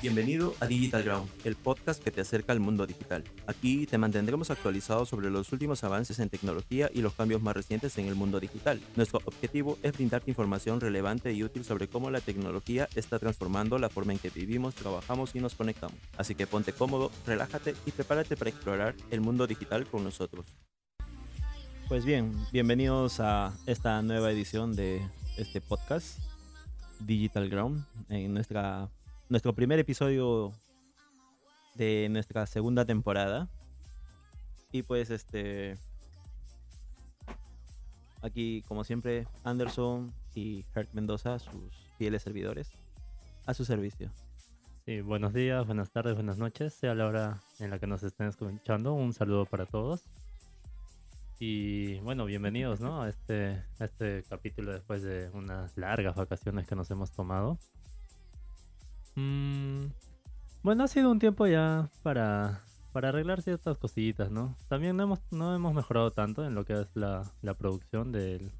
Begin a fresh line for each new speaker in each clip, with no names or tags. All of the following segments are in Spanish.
Bienvenido a Digital Ground, el podcast que te acerca al mundo digital. Aquí te mantendremos actualizado sobre los últimos avances en tecnología y los cambios más recientes en el mundo digital. Nuestro objetivo es brindarte información relevante y útil sobre cómo la tecnología está transformando la forma en que vivimos, trabajamos y nos conectamos. Así que ponte cómodo, relájate y prepárate para explorar el mundo digital con nosotros. Pues bien, bienvenidos a esta nueva edición de este podcast, Digital Ground, en nuestra nuestro primer episodio de nuestra segunda temporada. Y pues este aquí como siempre Anderson y Herc Mendoza, sus fieles servidores, a su servicio.
Sí, buenos días, buenas tardes, buenas noches, sea la hora en la que nos estén escuchando. Un saludo para todos. Y bueno, bienvenidos ¿no? a, este, a este capítulo después de unas largas vacaciones que nos hemos tomado. Mm, bueno, ha sido un tiempo ya para, para arreglar ciertas cosillitas, ¿no? También no hemos, no hemos mejorado tanto en lo que es la, la producción del,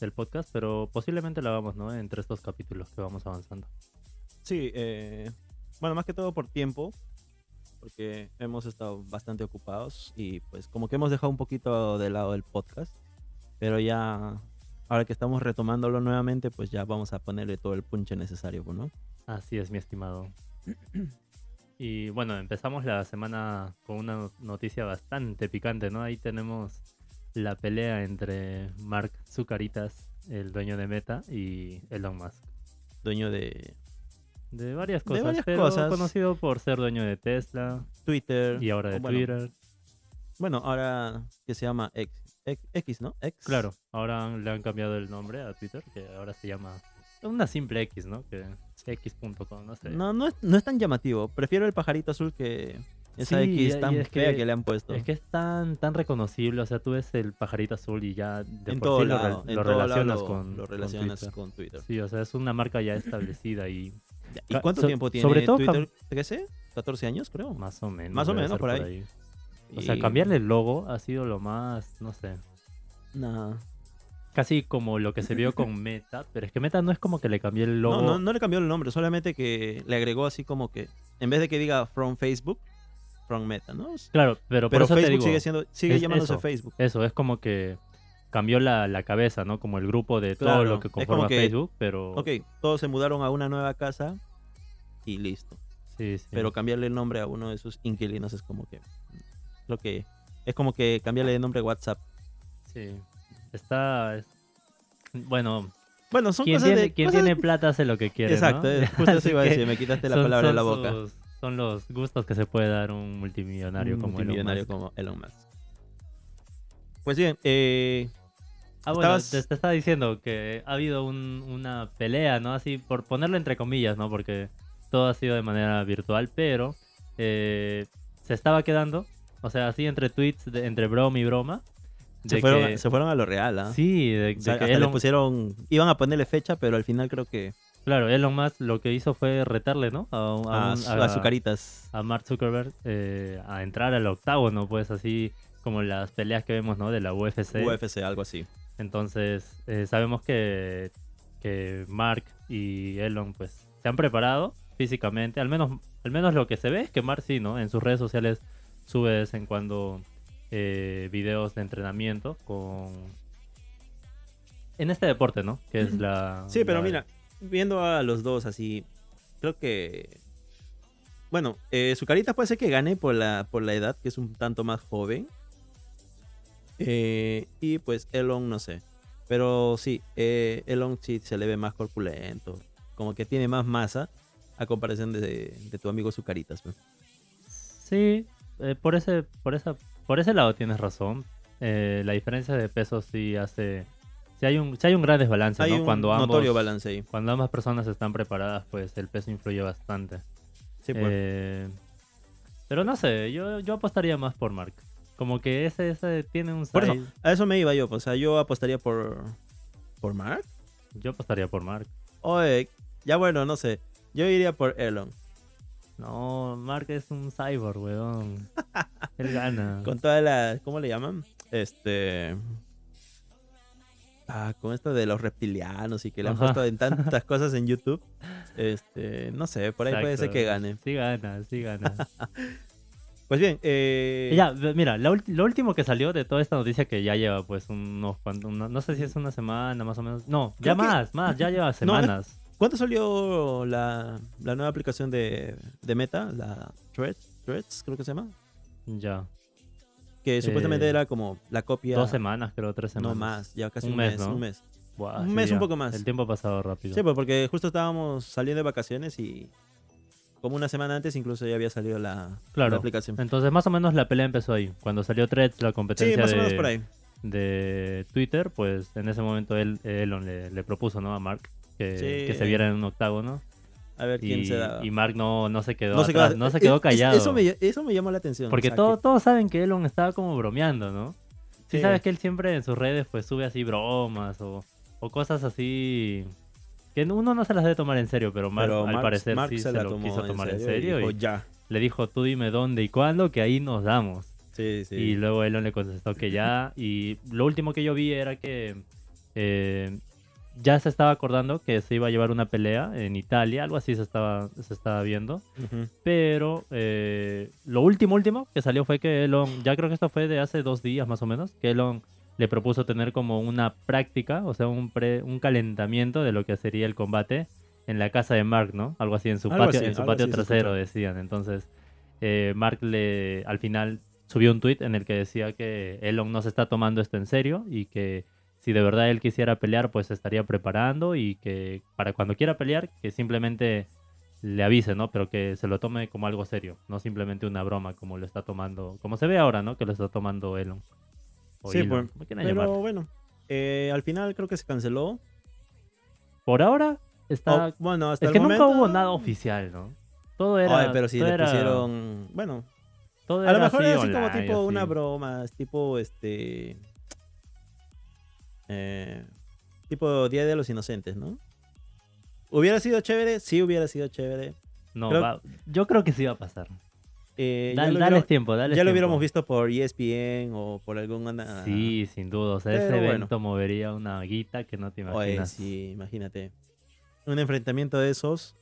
del podcast, pero posiblemente la vamos, ¿no? Entre estos capítulos que vamos avanzando.
Sí, eh, bueno, más que todo por tiempo, porque hemos estado bastante ocupados y pues como que hemos dejado un poquito de lado el podcast, pero ya ahora que estamos retomándolo nuevamente, pues ya vamos a ponerle todo el punche necesario, ¿no?
Así es, mi estimado. Y bueno, empezamos la semana con una noticia bastante picante, ¿no? Ahí tenemos la pelea entre Mark Zucaritas, el dueño de Meta, y Elon Musk.
Dueño de...
De varias cosas, de varias pero cosas. conocido por ser dueño de Tesla,
Twitter.
Y ahora de
bueno,
Twitter.
Bueno, ahora que se llama X, X, X, ¿no? X.
Claro, ahora le han cambiado el nombre a Twitter, que ahora se llama una simple X, ¿no? Que X.com, no sé.
No, no es, no es tan llamativo. Prefiero el pajarito azul que esa
Sí,
X
y-
tan
y es
fea
que-
que le han puesto.
Es que es tan, tan reconocible, o sea, tú ves el pajarito azul y ya de
en
por
todo
sí lo re-
lado,
lo,
en todo lado
relacionas
lo-
con,
lo
con
relacionas
Twitter.
con Twitter.
Sí, o sea, es una marca ya establecida y
¿Y
Ca-
cuánto
so-
tiempo tiene
sobre todo
Twitter? ¿13? ¿14 años, creo?
más o menos.
Más o
debe
menos,
ser
por ahí.
O sea,
Y-
cambiarle el logo ha sido lo más, no sé,
Nah.
casi como lo que se vio con Meta, pero es que Meta no es como que le cambié el
No,
logo.
no, no le cambió el nombre, solamente que le agregó así como que, en vez de que diga from Facebook, from Meta, ¿no?
Claro, pero por
Pero
eso
Facebook
te digo,
sigue siendo, sigue
es
llamándose
eso.
Facebook.
eso es como que cambió la, la cabeza, ¿no? Como el grupo de todo
Claro,
lo que
es como
conforma
que-
Facebook, pero...
Ok, todos se mudaron a una nueva casa y listo.
Sí, sí.
Pero cambiarle el nombre a uno de sus inquilinos es como que, mm, lo que es como que cambiarle el nombre a WhatsApp.
Sí. Está. es- Bueno,
Bueno, son
quien
cosas
tiene,
de
quien
cosas-
tiene plata hace lo que quiere. ¿no?
Exacto, es- justo eso
Así
iba a
que
decir, me quitaste la
son-
palabra de
son
la boca.
sus- son los gustos que se puede dar un multimillonario
Un
como Elon
multimillonario
Musk.
como Elon Musk. Pues bien, eh,
Ah, bueno,
Estabas-
te, te estaba diciendo que ha habido un- una pelea, ¿no? Así, por ponerlo entre comillas, ¿no? Porque todo ha sido de manera virtual, pero eh, se estaba quedando, o sea, así entre tweets, de- entre broma y broma.
se,
de
fueron,
que-
se fueron a lo real, ¿ah?
Sí, de, de
O sea,
que
hasta le
Elon,
pusieron, iban a ponerle fecha, pero al final creo que
Claro, Elon Musk lo que hizo fue retarle, ¿no? A, a
a,
un-
su- a Zucaritas.
a Mark Zuckerberg eh, a entrar al octavo, ¿no? Pues así como las peleas que vemos, ¿no? De la UFC.
UFC, algo así.
Entonces, eh, sabemos que, que Mark y Elon, pues, se han preparado físicamente. Al menos, al menos lo que se ve es que Mark sí, ¿no? En sus redes sociales sube de vez en cuando eh, videos de entrenamiento con... En este deporte, ¿no? Que es la...
Sí, pero
la-
mira, viendo a los dos así, creo que... Bueno, eh, Zucaritas puede ser que gane por la, por la edad, que es un tanto más joven. Eh, y pues Elon, no sé. Pero sí, eh, Elon sí se le ve más corpulento. Como que tiene más masa a comparación de, de tu amigo Zucaritas. pues.
Sí, eh, por ese, por esa, por ese lado tienes razón. Eh, la diferencia de peso sí hace, sí hay un, sí hay un gran desbalance,
Hay
¿no?
un
cuando ambos,
notorio balance ahí.
cuando ambas personas están preparadas, pues el peso influye bastante.
Sí, pues.
Eh, pero no sé, yo, yo apostaría más por Mark. Como que ese, ese tiene un
Por eso,
side-
a eso me iba yo. pues, O sea, yo apostaría por. ¿Por Mark?
Yo apostaría por Mark.
Oye, ya bueno, no sé. Yo iría por Elon.
No, Mark es un cyborg, weón. Él gana.
Con toda la. ¿Cómo le llaman? Este. ah, con esto de los reptilianos y que le han
Ajá.
puesto en tantas cosas en YouTube, este, no sé, por ahí puede ser
Exacto.
que gane.
Sí gana, sí gana.
Pues bien, eh,
Y ya, ve- mira, la ul- lo último que salió de toda esta noticia que ya lleva pues unos cuantos, una- no sé si es una semana más o menos. No,
Creo
ya
que-
más, más, ya lleva semanas.
¿cuánto salió la, la nueva aplicación de, de Meta? La Threads, Threads, creo que se llama.
Ya,
Que supuestamente
Eh,
era como la copia.
dos semanas creo, tres
No
semanas.
más, ya casi un,
Un
mes,
mes, ¿no?
un mes.
Buah,
Un
sí,
mes, un
ya.
poco más.
El tiempo ha pasado rápido.
Sí, pues porque justo estábamos saliendo de vacaciones y como una semana antes incluso ya había salido la,
Claro.
la aplicación.
Entonces más o menos la pelea empezó ahí. Cuando salió Threads, la
Sí,
competencia
más
de,
o menos por ahí.
de Twitter, pues en ese momento él, Elon le, le propuso ¿no? a Mark que,
Sí.
que se viera en un octágono.
A ver quién
Y,
se da.
y Mark no, no se quedó
No se quedó-
atrás, no se
eh,
quedó
es-
callado.
Eso me, eso me llamó la atención.
Porque
o sea,
todo-
que-
todos saben que Elon estaba como bromeando, ¿no? Sí,
Sí.
sabes que él siempre en sus redes pues sube así bromas o, o cosas así que uno no se las debe tomar en serio, pero Mark
pero
al
Mark-
parecer
Mark
sí se, lo
tomó
quiso tomar en serio,
y dijo,
y
ya.
le dijo tú dime dónde y cuándo que ahí nos damos.
Sí, sí.
Y luego Elon le contestó que ya. Y lo último que yo vi era que eh, ya se estaba acordando que se iba a llevar una pelea en Italia, algo así se estaba, se estaba viendo.
Ujú.
Pero eh, lo último, último que salió fue que Elon, ya creo que esto fue de hace dos días más o menos, que Elon le propuso tener como una práctica, o sea, un, pre- un calentamiento de lo que sería el combate en la casa de Mark, ¿no? Algo así en su
Algo
patio,
así,
en su
algo
patio
así se
trasero,
escuchó.
decían. Entonces, eh, Mark le, al final subió un tuit en el que decía que Elon no se está tomando esto en serio y que si de verdad él quisiera pelear, pues se estaría preparando y que para cuando quiera pelear, que simplemente le avise, ¿no? Pero que se lo tome como algo serio, no simplemente una broma como lo está tomando, como se ve ahora, ¿no? Que lo está tomando Elon. O
Sí,
Elon,
pues,
como quieran
Pero
llamarlo.
bueno, eh, al final creo que se canceló.
Por ahora está...
O- bueno, Oh, hasta
es
el
que
momento...
nunca hubo nada oficial, ¿no? Todo era...
Ay, pero si
todo
le
era-
pusieron... Bueno,
todo
A lo
era
mejor era así
online,
como tipo
así.
una broma, tipo este. eh, tipo Día de los Inocentes, ¿no? ¿Hubiera sido chévere? Sí, hubiera sido chévere.
No,
Creo-
va- yo creo que sí va a pasar.
Eh,
Da-
ya lo,
dales
hubiera-
tiempo, dale
ya lo hubiéramos visto por E ESPN o por alguna.
Sí, sin duda. O sea, ese
Pero bueno.
evento movería una guita que no te
Oye,
imaginas.
sí, imagínate. Un enfrentamiento de esos.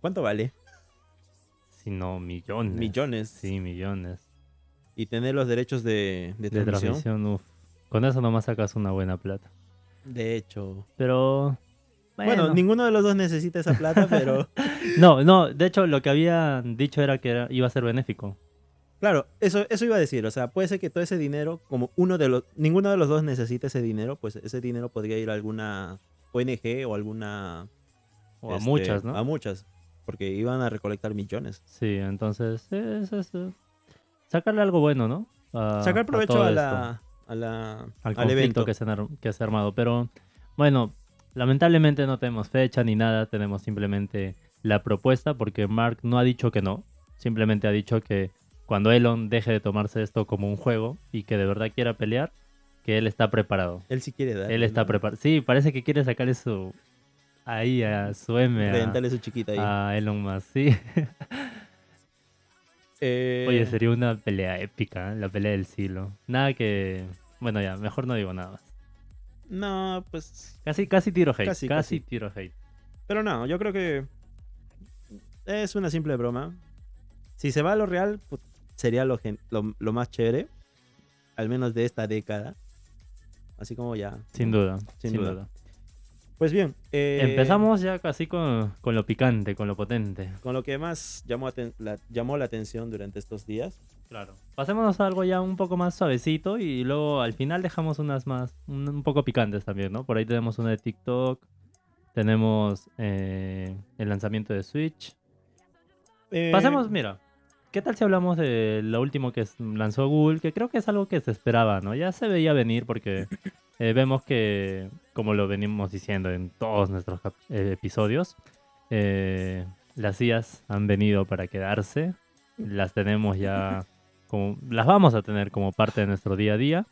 ¿Cuánto vale?
Sino millones.
Millones.
Sí, millones.
Y tener los derechos de, de
De
transmisión.
transmisión, uf. Con eso nomás sacas una buena plata.
De hecho.
Pero.
Bueno,
Bueno,
ninguno de los dos necesita esa plata, pero.
no, no, de hecho lo que habían dicho era que era- iba a ser benéfico.
Claro, eso, eso iba a decir, o sea, puede ser que todo ese dinero, como uno de los, ninguno de los dos necesita ese dinero, pues ese dinero podría ir a alguna ONG o alguna...
O a
este,
muchas, ¿no?
A muchas, porque iban a recolectar millones.
Sí, entonces es, es, eh, sacarle algo bueno, ¿no? Ah, A-
Sacar provecho
todo
a,
esto,
la, a la-
al
al evento.
conflicto que se, han ar- que se ha armado. Pero bueno, lamentablemente no tenemos fecha ni nada, tenemos simplemente la propuesta porque Mark no ha dicho que no, simplemente ha dicho que cuando Elon deje de tomarse esto como un juego y que de verdad quiera pelear, que él está preparado.
Él sí quiere dar.
Él está preparado. Sí, parece que quiere sacarle su. Ahí, a su M. A,
Rentarle su chiquita ahí.
a Elon Musk, sí.
Eh,
Oye, sería una pelea épica, ¿eh? la pelea del siglo. Nada que. Bueno, ya, mejor no digo nada más.
No, pues...
Casi, casi tiro hate.
Casi, casi.
Casi, tiro hate.
Pero no, yo creo que es una simple broma. Si se va a lo real, put- sería lo, gen- lo, lo más chévere, al menos de esta década. Así como ya.
Sin duda.
Sin
Sin,
duda.
duda.
Pues bien, eh,
Empezamos ya casi con, con lo picante, con lo potente.
con lo que más llamó, aten- la, llamó la atención durante estos días.
Claro. Pasémonos a algo ya un poco más suavecito y luego al final dejamos unas más, un, un poco picantes también, ¿no? Por ahí tenemos una de TikTok, tenemos eh, el lanzamiento de Switch.
Eh,
Pasemos, mira, ¿qué tal si hablamos de lo último que s- lanzó Google? Que creo que es algo que se esperaba, ¿no? Ya se veía venir porque eh, vemos que, como lo venimos diciendo en todos nuestros cap- eh, episodios, eh, las IAS han venido para quedarse. Las tenemos ya, como, las vamos a tener como parte de nuestro día a día.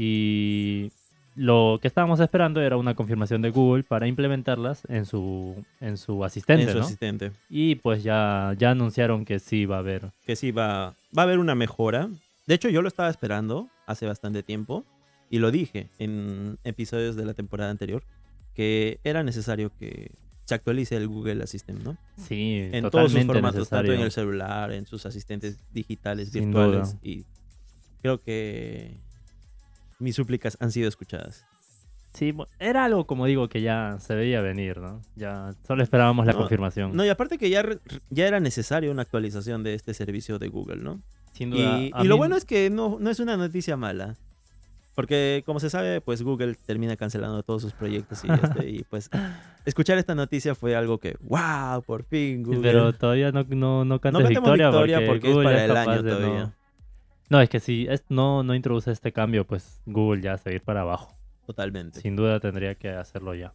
Y lo que estábamos esperando era una confirmación de Google para implementarlas en su, en su asistente,
en su
¿no?
asistente.
Y pues ya, ya anunciaron que sí va a haber.
Que sí, va, va a haber una mejora. De hecho, yo lo estaba esperando hace bastante tiempo. y lo dije en episodios de la temporada anterior, que era necesario que se actualice el Google Assistant, ¿no?
Sí,
En todos sus
totalmente
formatos,
necesario.
tanto en el celular, en sus asistentes digitales,
Sin
virtuales.
duda.
Y creo que mis súplicas han sido escuchadas.
Sí, bu- era algo como digo que ya se veía venir, ¿no? Ya solo esperábamos la
No,
confirmación.
No, y aparte que ya, re- ya era necesaria una actualización de este servicio de Google, ¿no?
Sin
Y,
duda. a
y lo
mí-
bueno es que no, no es una noticia mala. Porque, como se sabe, pues Google termina cancelando todos sus proyectos y, este, y, pues escuchar esta noticia fue algo que, wow, por fin Google.
Pero todavía no, no, no cantes
cantemos
victoria,
victoria
porque,
porque es
Google
para
es
el
capaz
año
de no-
todavía.
No, es que si es- no, no introduce este cambio, pues Google ya se va a ir para abajo.
Totalmente. Sí.
Sin duda tendría que hacerlo ya.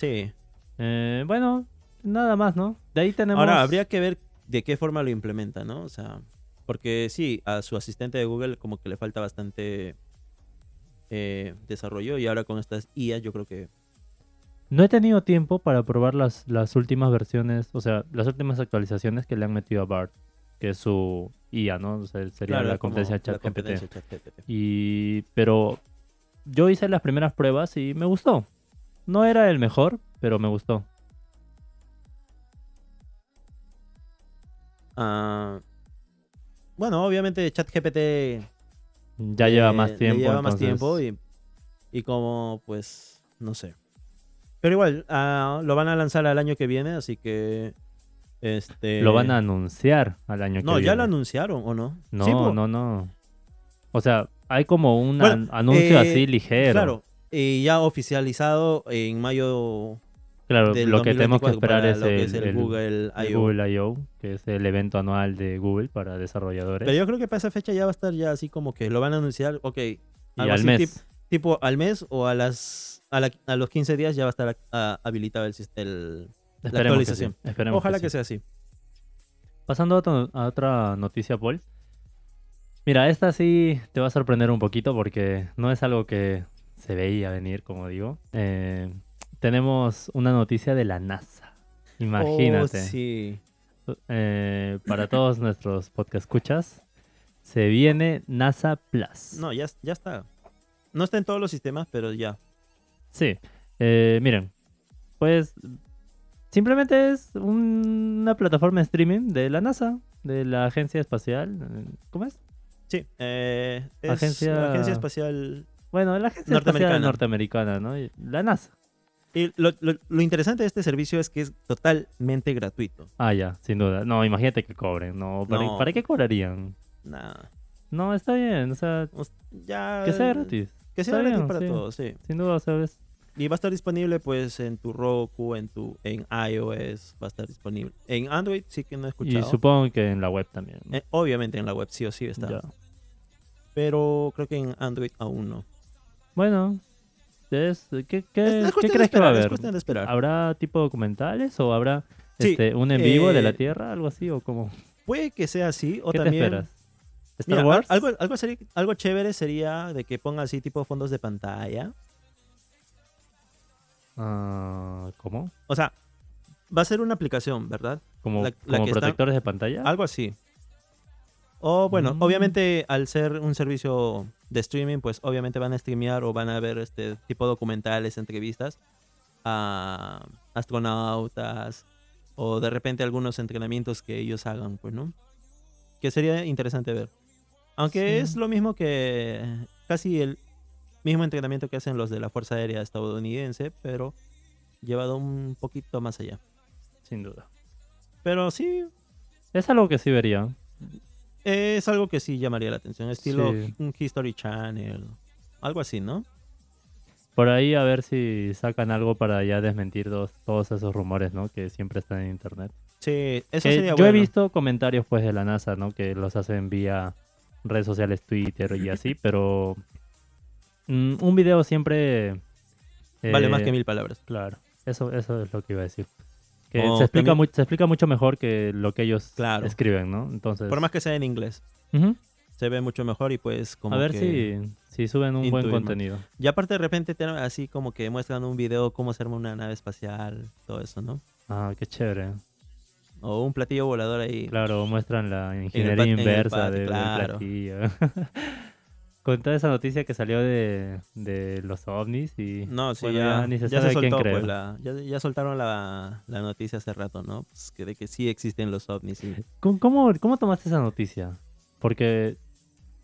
Eh, bueno, nada más, ¿no? De ahí tenemos...
Ahora, habría que ver de qué forma lo implementa, ¿no? O sea, porque sí, a su asistente de Google como que le falta bastante eh, desarrollo y ahora con estas IA yo creo que
No he tenido tiempo para probar las, las últimas versiones, o sea, las últimas actualizaciones que le han metido a Bart, que es su IA, ¿no? O sea, sería
claro,
la
como
competencia
la
ChatGPT.
competencia ChatGPT.
Y. Pero. Yo hice las primeras pruebas y me gustó. No era el mejor, pero me gustó.
Ah, bueno, obviamente ChatGPT
Ya lleva
eh,
más
le
tiempo.
lleva más
entonces-
tiempo y, y como, pues, no sé. Pero igual, ah, lo van a lanzar al año que viene, así que... Este,
Lo van a anunciar al año
No,
que viene.
ya lo anunciaron, ¿o no?
No,
Sí, pues, po.
no, no. O sea, hay como un
Bueno,
an- anuncio
eh,
así ligero. Claro,
Claro, y ya oficializado en mayo del
lo que tenemos que
2024
esperar
para
es
lo
el,
que es el,
el-
Google
el
I.O.
Google I.O., que es el evento anual de Google para desarrolladores.
Pero yo creo que para esa fecha ya va a estar ya así como que lo van a anunciar, ok,
y
algo
al
así
mes.
tip- tipo al mes o a las a, la- a los 15 días ya va a estar ah, habilitado el, sis- el
Esperemos
actualización.
Que sí, esperemos
Ojalá
sí.
que sea así.
Pasando a, otro- a otra noticia, Paul. Mira, esta sí te va a sorprender un poquito porque no es algo que se veía venir, como digo. Eh, tenemos una noticia de la NASA. Imagínate.
Oh, sí.
Eh, para todos nuestros podcast escuchas, se viene NASA Plus.
No, ya, ya está. No está en todos los sistemas, pero ya.
Sí. Eh, miren, pues simplemente es un- una plataforma de streaming de la NASA, de la Agencia Espacial. eh, ¿Cómo es?
Sí. eh, es
Agencia-
la Agencia Espacial.
Bueno, la agencia
Norteamericana.
espacial norteamericana, ¿no? Y La NASA.
Y lo, lo- lo interesante de este servicio es que es totalmente gratuito.
Ah, ya, sin duda. No, imagínate que cobren. No, ¿para,
No.
para qué cobrarían?
Nada.
No, está bien. O sea,
Ya.
que sea gratis.
Que sea
Está
gratis
bien,
para
sí.
todos, sí.
Sin duda, ¿sabes?
Y va a estar disponible pues en tu Roku, en tu en iOS, va a estar disponible. En Android sí que no he
Y
escuchado.
supongo que en la web también. ¿no?
Eh, obviamente en la web sí o sí está.
Ya.
Pero creo que en Android aún no.
Bueno, es- ¿qué, qué-
Es- es
Eh, qué
cuestión de
crees que va a
esperar, es
haber?
cuestión de esperar.
¿Habrá tipo documentales o habrá
Sí,
este, un en vivo de la
eh,
Tierra, algo así? ¿O cómo?
Puede que sea así o
¿Qué
también...
te esperas? ¿Star
Mira, al-
Wars?
Algo, algo, sería- algo chévere sería de que ponga así tipo fondos de pantalla.
Ah, ¿Cómo?
O sea, va a ser una aplicación, ¿verdad?
¿Como,
La- la
como
que está-
protectores de pantalla?
Algo así. O bueno,
Mm.
obviamente al ser un servicio de streaming, pues obviamente van a streamear o van a ver este tipo de documentales, entrevistas a astronautas o de repente algunos entrenamientos que ellos hagan, pues, ¿no? Que sería interesante ver. Aunque
Sí.
es lo mismo que casi el mismo entrenamiento que hacen los de la Fuerza Aérea estadounidense, pero llevado un poquito más allá.
Sin duda.
Pero sí,
Es algo que sí vería.
Es algo que sí llamaría la atención, estilo
Sí.
un History Channel, algo así, ¿no?
Por ahí a ver si sacan algo para ya desmentir dos- todos esos rumores, ¿no? Que siempre están en internet.
Sí, eso
Que
sería
yo
bueno.
he visto comentarios pues de la NASA, ¿no? Que los hacen vía redes sociales, Twitter y así, pero mm, un video siempre
Vale
eh,
más que mil palabras.
Claro, eso, eso es lo que iba a decir. Que
O
se, explica
Oh, también-
mu- se explica mucho mejor que lo que ellos
Claro.
escriben, ¿no? Entonces,
Por más que sea en inglés,
Ujú.
se ve mucho mejor y pues como
a ver
que-
si, si suben un
intuir
buen
más.
contenido.
Y aparte de repente te- así como que muestran un video cómo se arma una nave espacial, todo eso, ¿no?
Ah, qué chévere.
O un platillo volador ahí.
Claro, muestran la
pat-
ingeniería
en el
inversa
pat-
de, del
claro.
platillo. con toda esa noticia que salió de, de los ovnis y...
No, sí,
bueno,
ya,
ni se
ya
sabe quién
soltó,
creer.
pues, la- ya, ya soltaron la, la noticia hace rato, ¿no? Pues, que de que sí existen los ovnis. y-
¿Cómo, cómo, cómo tomaste esa noticia? Porque,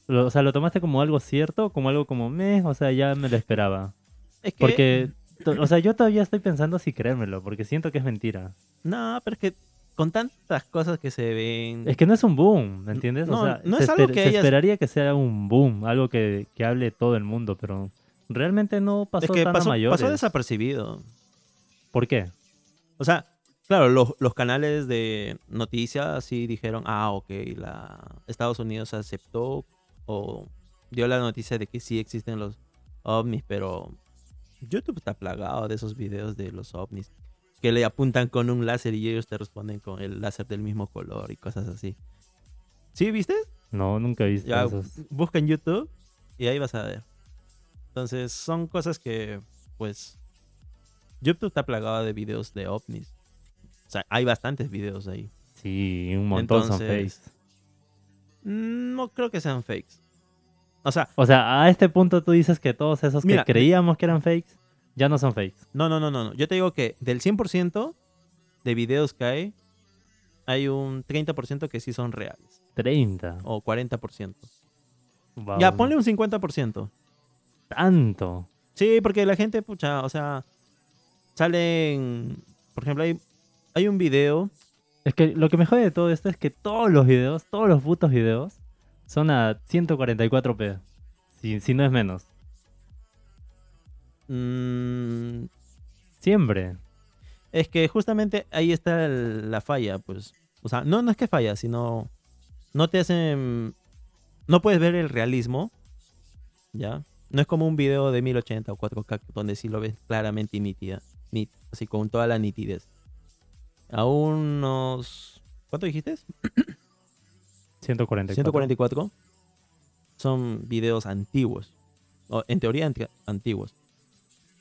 lo- o sea, ¿lo tomaste como algo cierto? ¿Como algo como, meh, o sea, ya me lo esperaba?
Es que,
Porque, to- o sea, yo todavía estoy pensando si creérmelo, porque siento que es mentira.
no, pero es que con tantas cosas que se ven...
Es que no es un boom, ¿me entiendes?
No,
o sea,
no
se,
es algo
esper-
que
se
hayas-
esperaría que sea un boom, algo que, que hable todo el mundo, pero realmente no pasó
es que
tan
pasó,
a mayores.
pasó desapercibido.
¿Por qué?
O sea, claro, los, los canales de noticias sí dijeron, ah, ok, la Estados Unidos aceptó o dio la noticia de que sí existen los ovnis, pero YouTube está plagado de esos videos de los ovnis que le apuntan con un láser y ellos te responden con el láser del mismo color y cosas así. ¿Sí viste?
No, nunca he visto
Ya,
esos.
busca en YouTube y ahí vas a ver. Entonces, son cosas que, pues, YouTube está plagado de videos de ovnis. O sea, hay bastantes videos ahí.
Sí, un montón son
Entonces-
fakes.
Mm, No creo que sean fakes. O sea,
O sea, a este punto tú dices que todos esos
Mira,
que creíamos que eran fakes, ya no son fakes.
no, no, no, no. no. Yo te digo que del 100% de videos que hay, hay un 30% que sí son reales.
30.
O 40%.
Wow,
Ya, ponle un 50%.
Tanto.
Sí, porque la gente, pucha, o sea, salen, por ejemplo, hay, hay un video,
Es que lo que me jode de todo esto es que todos los videos, todos los putos videos, son a 144p. Si, si no es menos.
mm,
Siempre.
es que justamente ahí está el- la falla, pues, o sea, no, no es que falla, sino no te hacen, no puedes ver el realismo, ¿ya? No es como un video de 1080 o 4K donde sí lo ves claramente y nítida, nit- así con toda la nitidez. A unos, ¿cuánto dijiste?
144.
144 son videos antiguos. O en teoría anti- antiguos.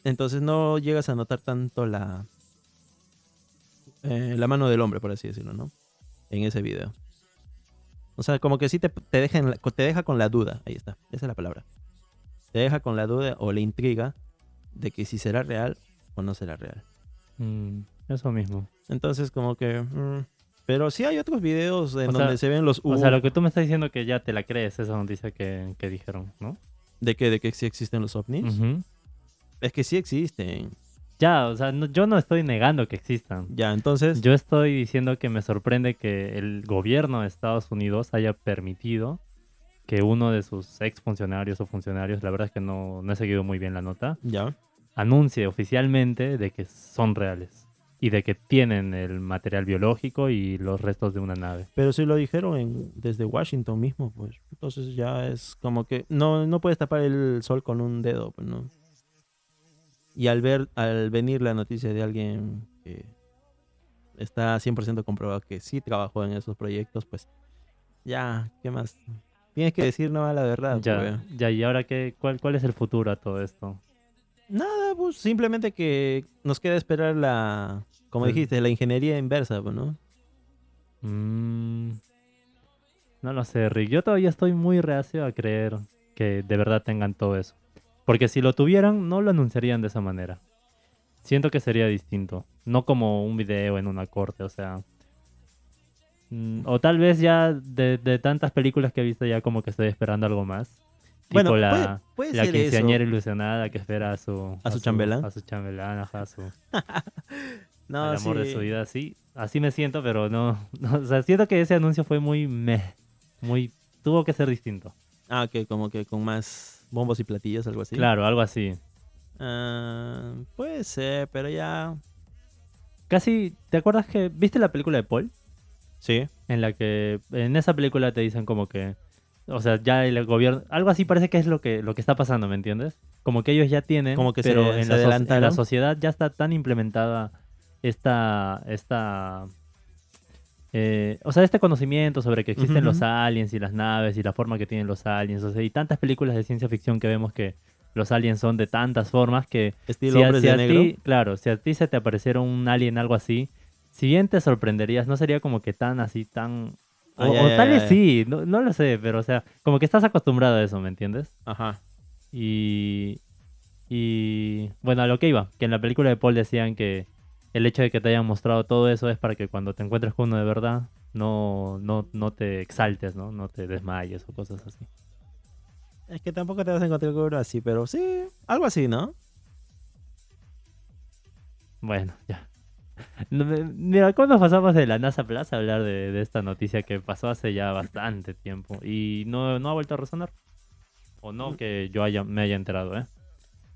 Entonces no llegas a notar tanto la, eh, la mano del hombre, por así decirlo, ¿no? En ese video. O sea, como que sí te, te, deja en la- te deja con la duda. Ahí está, esa es la palabra. Te deja con la duda o la intriga de que si será real o no será real.
Mm, eso mismo.
Entonces como que... mm, pero sí hay otros videos en
O sea-
donde se ven los...
O sea,
U-
lo que tú me estás diciendo que ya te la crees, esa noticia que, que dijeron, ¿no?
¿De que ¿De que sí existen los ovnis?
Ujú.
Es que sí existen.
Ya, o sea, no- yo no estoy negando que existan.
Ya, entonces.
Yo estoy diciendo que me sorprende que el gobierno de Estados Unidos haya permitido que uno de sus ex funcionarios o funcionarios, la verdad es que no, no he seguido muy bien la nota,
Ya.
anuncie oficialmente de que son reales y de que tienen el material biológico y los restos de una nave.
Pero sí lo dijeron en- desde Washington mismo, pues. Entonces ya es como que. No, no puedes tapar el sol con un dedo, pues, ¿no? Y al ver, al venir la noticia de alguien que está 100% comprobado que sí trabajó en esos proyectos, pues. Ya, ¿qué más? Tienes que decir no la verdad, pues.
Ya, ya, y ahora qué, cuál, cuál es el futuro a todo esto?
Nada, pues, simplemente que nos queda esperar la. Como
Sí.
dijiste, la ingeniería inversa, pues, ¿no?
Mm, no lo sé, Rick. Yo todavía estoy muy reacio a creer que de verdad tengan todo eso. Porque si lo tuvieran, no lo anunciarían de esa manera. Siento que sería distinto. No como un video en una corte, o sea. mm, O tal vez ya de, de tantas películas que he visto ya como que estoy esperando algo más. Tipo la,
puede, puede
la
ser eso.
quinceañera ilusionada que espera a su...
¿A su chambelán?
A su chambelán, ajá, a su
No,
el amor de
sí.
su vida, sí. Así me siento, pero no, no, O sea, siento que ese anuncio fue muy meh. Muy. Tuvo que ser distinto.
Ah, que como que con más bombos y platillos, algo así.
Claro, algo así.
Ah, puede ser, pero ya.
Casi. ¿Te acuerdas que. ¿Viste la película de Paul?
Sí.
En la que. En esa película te dicen como que. O sea, ya el gobierno. Algo así parece que es lo que, lo que está pasando, ¿me entiendes? Como que ellos ya tienen.
Como que se-
pero
se
en, la soci- en la
adelantaron.
sociedad ya está tan implementada esta. esta eh, o sea, este conocimiento sobre que existen
Ujú,
los
ujú.
aliens y las naves y la forma que tienen los aliens. O sea, y tantas películas de ciencia ficción que vemos que los aliens son de tantas formas que
Estilo
si a,
hombres
si
de
a
negro.
ti, claro, si a ti se te apareciera un alien, algo así, si bien te sorprenderías, no sería como que tan así, tan O,
Ah, ya,
o
ya,
tal
ya,
vez
ya.
sí, no, no lo sé, pero o sea, como que estás acostumbrado a eso, ¿me entiendes?
Ajá.
Y, y bueno, a lo que iba, que en la película de Paul decían que el hecho de que te hayan mostrado todo eso es para que cuando te encuentres con uno de verdad no, no, no te exaltes, ¿no? No te desmayes o cosas así.
Es que tampoco te vas a encontrar con uno así, pero sí, algo así, ¿no?
Bueno, ya. No me- Mira, ¿cómo nos pasamos de la NASA Plaza a hablar de, de esta noticia que pasó hace ya bastante tiempo y no, no ha vuelto a resonar? O no que yo haya, me haya enterado, ¿eh?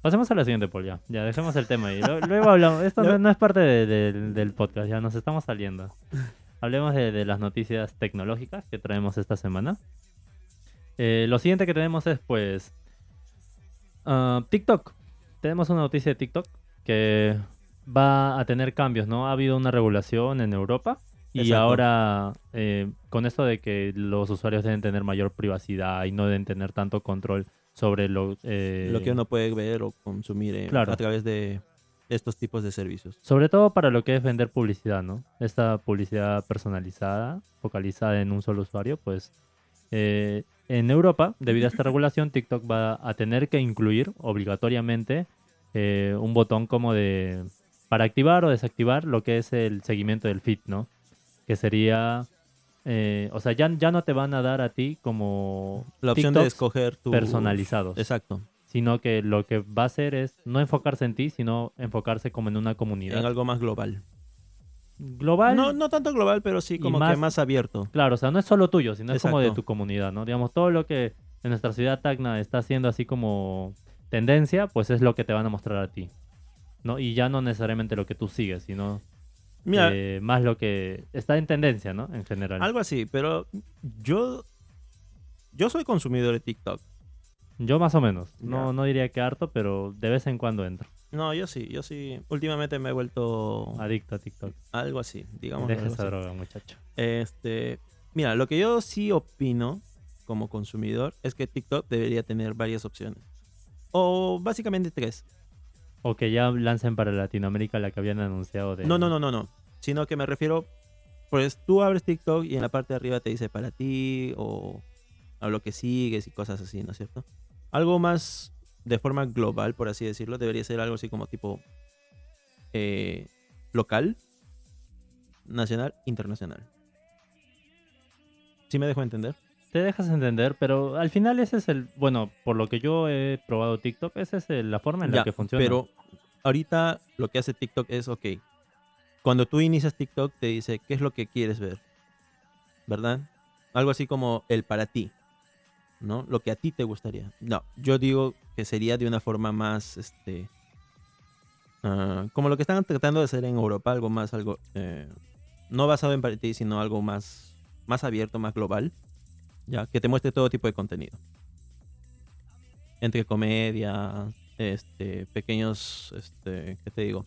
Pasemos a la siguiente, Paul, ya. Ya, dejemos el tema ahí. Lo- Luego hablamos. Esto no, no es parte de- del- del podcast, ya nos estamos saliendo. Hablemos de, de las noticias tecnológicas que traemos esta semana. Eh, lo siguiente que tenemos es, pues, ah, TikTok. Tenemos una noticia de TikTok que va a tener cambios, ¿no? Ha habido una regulación en Europa y
Exacto.
ahora eh, con esto de que los usuarios deben tener mayor privacidad y no deben tener tanto control sobre lo, eh,
Lo que uno puede ver o consumir eh,
Claro.
a través de estos tipos de servicios.
Sobre todo para lo que es vender publicidad, ¿no? Esta publicidad personalizada, focalizada en un solo usuario, pues eh, en Europa, debido a esta regulación, TikTok va a tener que incluir obligatoriamente eh, un botón como de para activar o desactivar lo que es el seguimiento del feed, ¿no? Que sería, eh, o sea, ya, ya no te van a dar a ti como
La opción de
TikToks
escoger tu...
personalizados
Exacto.
sino que lo que va a hacer es no enfocarse en ti, sino enfocarse como en una
En
comunidad.
algo más global.
Global,
No, no tanto global, pero sí
Y
como
más-
que más abierto.
claro, o sea, no es solo tuyo, sino es como de
Exacto.
tu comunidad, ¿no? Digamos, todo lo que en nuestra ciudad Tacna está haciendo así como tendencia, pues es lo que te van a mostrar a ti, ¿no? Y ya no necesariamente lo que tú sigues, sino
Mira,
eh, más lo que está en tendencia, ¿no? En general.
algo así, pero yo... Yo soy consumidor de TikTok.
Yo más o menos, no,
Ya.
no diría que harto, pero de vez en cuando entro,
No, yo sí, yo sí. Últimamente me he vuelto
adicto a TikTok.
algo así, digamos.
Deja
algo
esa
así.
droga, muchacho.
Este, mira, lo que yo sí opino como consumidor es que TikTok debería tener varias opciones. O básicamente tres.
O que ya lancen para Latinoamérica la que habían anunciado de...
No, no, no, no, no. Sino que me refiero, pues tú abres TikTok y en la parte de arriba te dice para ti o a lo que sigues y cosas así, ¿no es cierto? Algo más de forma global, por así decirlo, debería ser algo así como tipo eh, local, nacional, internacional. ¿Sí me dejo entender?
Te dejas entender, pero al final ese es el, bueno, por lo que yo he probado TikTok, esa es el- la forma en la
Ya,
que funciona.
Pero ahorita lo que hace TikTok es, ok, cuando tú inicias TikTok te dice, ¿qué es lo que quieres ver? ¿Verdad? Algo así como el para ti, ¿no? Lo que a ti te gustaría. No, yo digo que sería de una forma más, este, ah, como lo que están tratando de hacer en Europa, algo más, algo, eh, no basado en para ti, sino algo más, más abierto, más global, ya, que te muestre todo tipo de contenido entre comedia, este, pequeños, este, ¿qué te digo?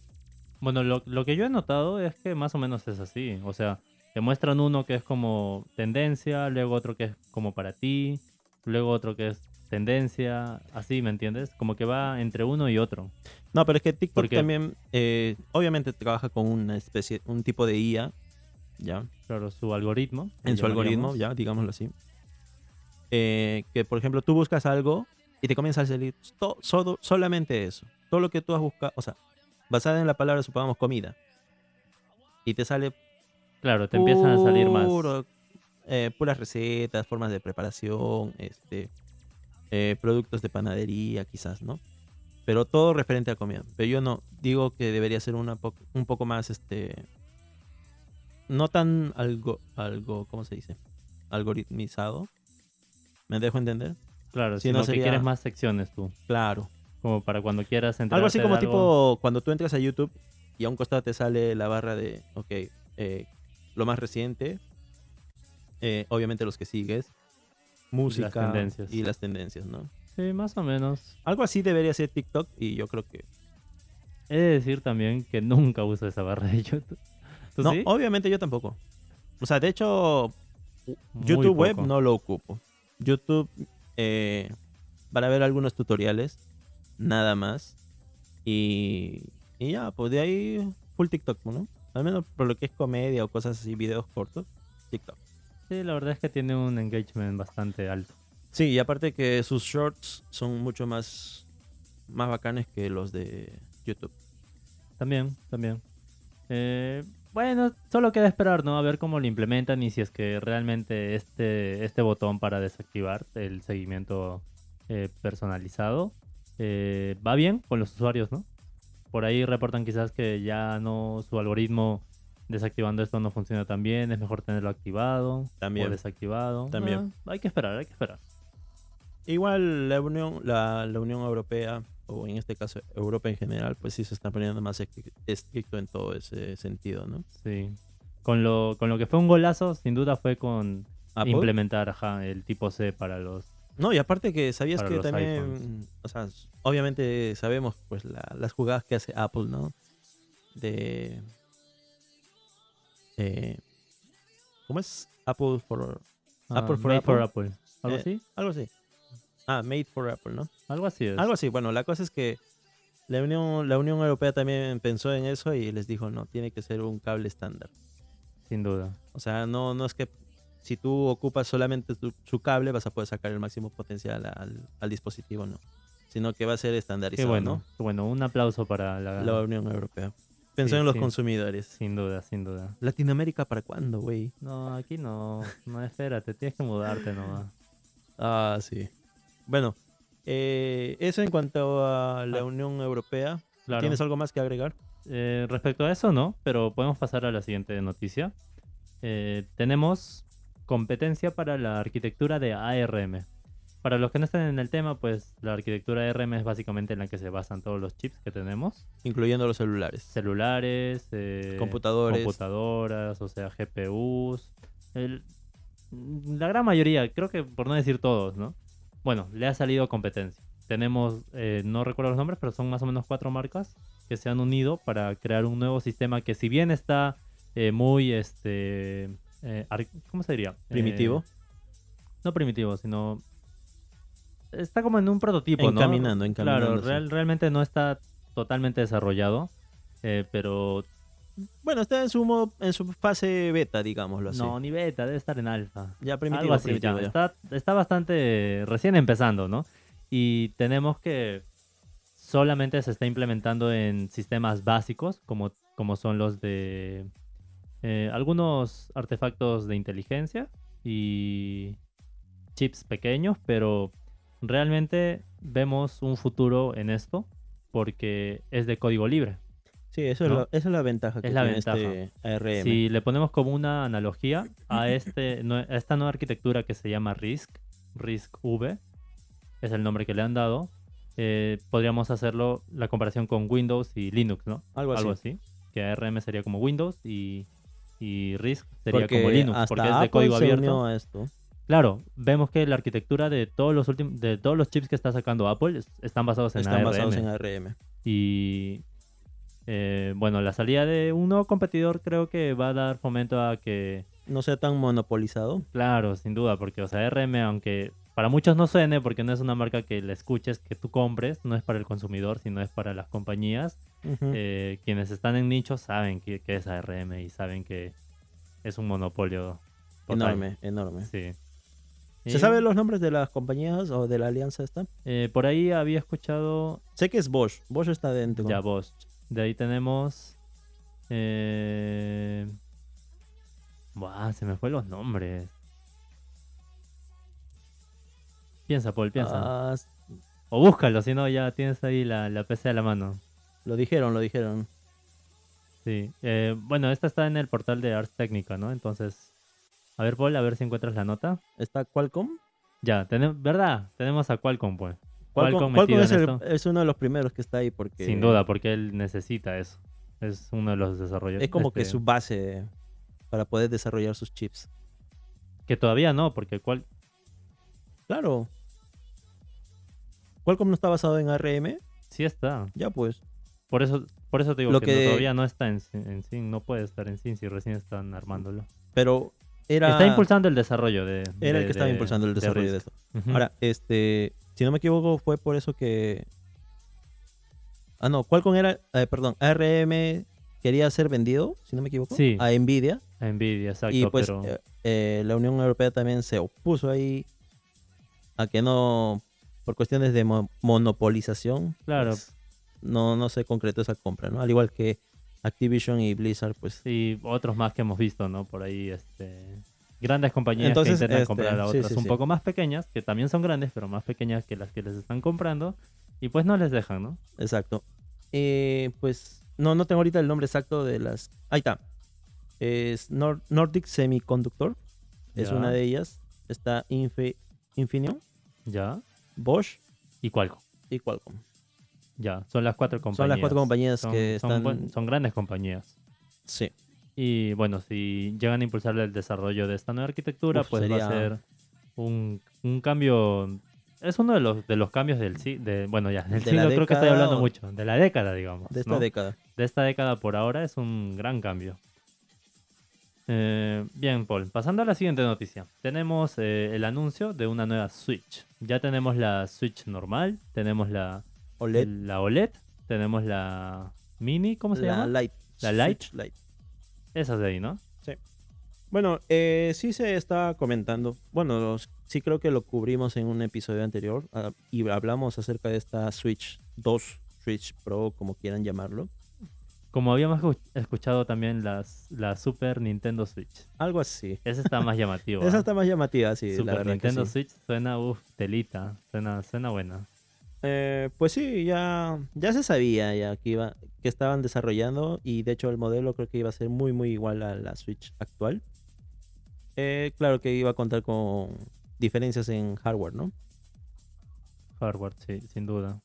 Bueno, lo, lo que yo he notado es que más o menos es así. O sea, te muestran uno que es como tendencia, luego otro que es como para ti, luego otro que es tendencia, así, ¿me entiendes? Como que va entre uno y otro.
No, pero es que TikTok
Porque-
también, eh, obviamente trabaja con una especie, un tipo de IA, ya,
Claro, su algoritmo. le
en su algoritmo,
llamaríamos.
ya, digámoslo así. Eh, que, por ejemplo, tú buscas algo y te comienza a salir to- solo- solamente eso. Todo lo que tú has buscado, o sea, basada en la palabra, supongamos, comida. Y te sale
Claro, te empiezan a salir más.
puro, eh, puras recetas, formas de preparación, este, eh, productos de panadería, quizás, ¿no? Pero todo referente a comida. Pero yo no digo que debería ser una po- un poco más, este, no tan algo, algo, ¿cómo se dice? Algoritmizado. ¿Me dejo entender?
Claro,
si no
sino que
sería-
quieres más secciones tú,
Claro.
como para cuando quieras entrar.
Algo así como tipo cuando tú entras a YouTube y a un costado te sale la barra de, ok, eh, lo más reciente, eh, obviamente los que sigues, música
tendencias.
y las tendencias, ¿no?
Sí, más o menos.
Algo así debería ser TikTok y yo creo que...
He de decir también que nunca uso esa barra de YouTube. ¿Tú
No, oh,
sí?
obviamente yo tampoco. O sea, de hecho,
Muy
YouTube web
poco.
no lo ocupo. YouTube eh, para ver algunos tutoriales, nada más. Y, y ya, pues de ahí full TikTok, ¿no? Al menos por lo que es comedia o cosas así, videos cortos, TikTok.
Sí, la verdad es que tiene un engagement bastante alto.
Sí, y aparte que sus shorts son mucho más, más bacanes que los de YouTube.
También, también. Eh, bueno, solo queda esperar, ¿no? A ver cómo lo implementan y si es que realmente este, este botón para desactivar el seguimiento eh, personalizado eh, va bien con los usuarios, ¿no? Por ahí reportan quizás que ya no su algoritmo desactivando esto no funciona tan bien, es mejor tenerlo activado
También.
o desactivado.
También.
Ah, hay que esperar, hay que esperar.
Igual la Unión, la, la Unión Europea, o en este caso Europa en general, pues sí se está poniendo más estri- estricto en todo ese sentido, ¿no?
Sí. Con lo, con lo que fue un golazo, sin duda fue con
Apple.
implementar ajá, el tipo C para los...
No, y aparte que sabías
Para
que
los
también,
iPhones.
o sea, obviamente sabemos pues la- las jugadas que hace Apple, ¿no? De... eh, ¿Cómo es? Apple for...
ah,
Apple for
made
Apple.
¿Algo
Eh,
así?
Algo así. Ah, Made for Apple, ¿no?
Algo así es.
Algo así. Bueno, la cosa es que la Unión, la Unión Europea también pensó en eso y les dijo, no, tiene que ser un cable estándar.
Sin duda.
O sea, no, no es que si tú ocupas solamente tu- su cable vas a poder sacar el máximo potencial al, al dispositivo, no. Sino que va a ser
Qué
estandarizado,
bueno. qué bueno, un aplauso para la...
¿no? La Unión Europea. Pensó
Sí,
en los
sí.
consumidores.
Sin duda, sin duda.
¿Latinoamérica para cuándo, güey?
No, aquí no. No, espérate, tienes que mudarte nomás.
Ah, sí. Bueno, eh, eso en cuanto a la Unión Europea.
Ah. Claro.
¿Tienes algo más que agregar?
Eh, respecto a eso, no, pero podemos pasar a la siguiente noticia. Eh, tenemos competencia para la arquitectura de ARM. Para los que no estén en el tema, pues la arquitectura ARM es básicamente en la que se basan todos los chips que tenemos.
Incluyendo los celulares.
Celulares, eh,
Computadores.
computadoras, o sea, GPUs. El- la gran mayoría, creo que por no decir todos, ¿no? Bueno, le ha salido competencia. Tenemos, eh, no recuerdo los nombres, pero son más o menos cuatro marcas que se han unido para crear un nuevo sistema que si bien está eh, muy, este, eh, ar- ¿cómo se diría? Eh,
Primitivo.
no primitivo, sino... Está como en un prototipo, pues, ¿no?
encaminando, encaminando.
Claro,
sí.
real- realmente no está totalmente desarrollado, eh, pero
Bueno, está en su modo, en su fase beta, digámoslo así.
no, ni beta, debe estar en alfa.
ya Ah, primitivo,
Algo así,
primitivo,
ya.
ya.
Está, está bastante eh, recién empezando, ¿no? Y tenemos que solamente se está implementando en sistemas básicos, como, como son los de eh, algunos artefactos de inteligencia y chips pequeños, pero realmente vemos un futuro en esto porque es de código libre.
Sí, eso
¿no?
es, la, esa es la ventaja que
Es la
tiene
ventaja.
este ARM.
Si le ponemos como una analogía a, este, nue- a esta nueva arquitectura que se llama RISC, RISC V, es el nombre que le han dado, eh, podríamos hacerlo la comparación con Windows y Linux, ¿no?
algo así.
Algo así. Que ARM sería como Windows y, y RISC sería
Porque
como Linux,
hasta
porque es de
Apple
código
se
abierto.
unió a esto.
Claro, vemos que la arquitectura de todos los últimos, de todos los chips que está sacando Apple es- están basados en
Están
ARM.
basados en ARM.
Y eh, bueno, la salida de un nuevo competidor creo que va a dar fomento a que,
No sea tan monopolizado.
claro, sin duda, porque, o sea, RM, aunque para muchos no suene, porque no es una marca que la escuches, que tú compres, no es para el consumidor, sino es para las compañías.
Ujú.
Eh, quienes están en nicho saben que, que es ARM y saben que es un monopolio total.
enorme, enorme.
Sí.
¿Se
Y,
saben los nombres de las compañías o de la alianza esta?
eh, por ahí había escuchado
Sé que es Bosch. Bosch está dentro.
Ya, Bosch. De ahí tenemos. Eh... Buah, se me fue los nombres. Piensa, Paul, piensa.
Ah,
O búscalo, si no, ya tienes ahí la, la PC a la mano.
lo dijeron, lo dijeron.
Sí. Eh, bueno, esta está en el portal de Ars Técnica, ¿no? Entonces. A ver, Paul, a ver si encuentras la nota.
¿Está Qualcomm?
Ya, tenemos. ¿Verdad? Tenemos a Qualcomm, pues.
Qualcomm,
Qualcomm,
Qualcomm
metido
es,
en
el-
esto.
es uno de los primeros que está ahí porque
Sin duda, porque él necesita eso. Es uno de los desarrolladores.
es como que
este,
su base para poder desarrollar sus chips.
Que todavía no, porque cual,
Claro. Qualcomm no está basado en ARM,
Sí está.
ya pues.
Por eso, por eso te digo
Lo
que,
que-
no- todavía no está en, Sin- en Sin, no puede estar en Sin si recién están armándolo.
Pero era,
Está impulsando el desarrollo de.
era el
de-
que estaba
de-
impulsando el desarrollo de
Risk.
esto.
Ujú.
Ahora, este, si no me equivoco, fue por eso que. Ah, no, Qualcomm era, eh, perdón, ARM quería ser vendido, si no me equivoco,
Sí.
a Nvidia.
a Nvidia, exacto.
y pues
pero
eh, eh, la Unión Europea también se opuso ahí a que no, por cuestiones de mo- monopolización,
Claro.
pues, no, no se concretó esa compra, ¿no? Al igual que Activision y Blizzard, pues
y otros más que hemos visto, ¿no? Por ahí, este, grandes compañías
Entonces,
que intentan
este,
comprar a
sí,
otras
sí,
un
sí.
poco más pequeñas, que también son grandes, pero más pequeñas que las que les están comprando, y pues no les dejan, ¿no?
Exacto. Eh, pues no, no tengo ahorita el nombre exacto de las. Ahí está. Es Nor- Nordic Semiconductor. Es
Ya.
una de ellas. Está Infi- Infineon,
Ya.
Bosch
Y Qualcomm.
y Qualcomm.
Ya. Son las cuatro compañías.
Son las cuatro compañías
Son-
que
son
están.
buen- son grandes compañías.
Sí,
Y bueno, si llegan a impulsar el desarrollo de esta nueva arquitectura,
Uf,
pues va
sería-
a ser un, un cambio. Es uno de los, de los cambios del sí, de, bueno ya, del
De
siglo
la
creo que estoy
década
hablando
o-
mucho, de la década, digamos.
de esta
¿no?
década.
de esta década por ahora es un gran cambio. Eh, bien, Paul, pasando a la siguiente noticia. Tenemos eh, el anuncio de una nueva Switch. Ya tenemos la Switch normal, tenemos la
OLED.
la OLED tenemos la Mini, ¿cómo se
la
llama?
Light.
¿La Lite?
Switch Lite.
Esas de ahí, ¿no?
Bueno, eh, sí se está comentando. Bueno, los- sí creo que lo cubrimos en un episodio anterior ah, y hablamos acerca de esta Switch 2, Switch Pro, como quieran llamarlo.
Como habíamos escu- escuchado también las, la Super Nintendo Switch.
Algo así.
Esa está más llamativa.
Esa está más llamativa, sí, la
Super
verdad. que
Nintendo
sí.
Switch suena, uff, telita. Suena, suena buena.
Eh, pues sí, ya, ya se sabía ya que, iba, que estaban desarrollando y de hecho el modelo creo que iba a ser muy muy igual a la Switch actual. Eh, claro que iba a contar con diferencias en hardware, ¿no?
Hardware, sí, sin duda.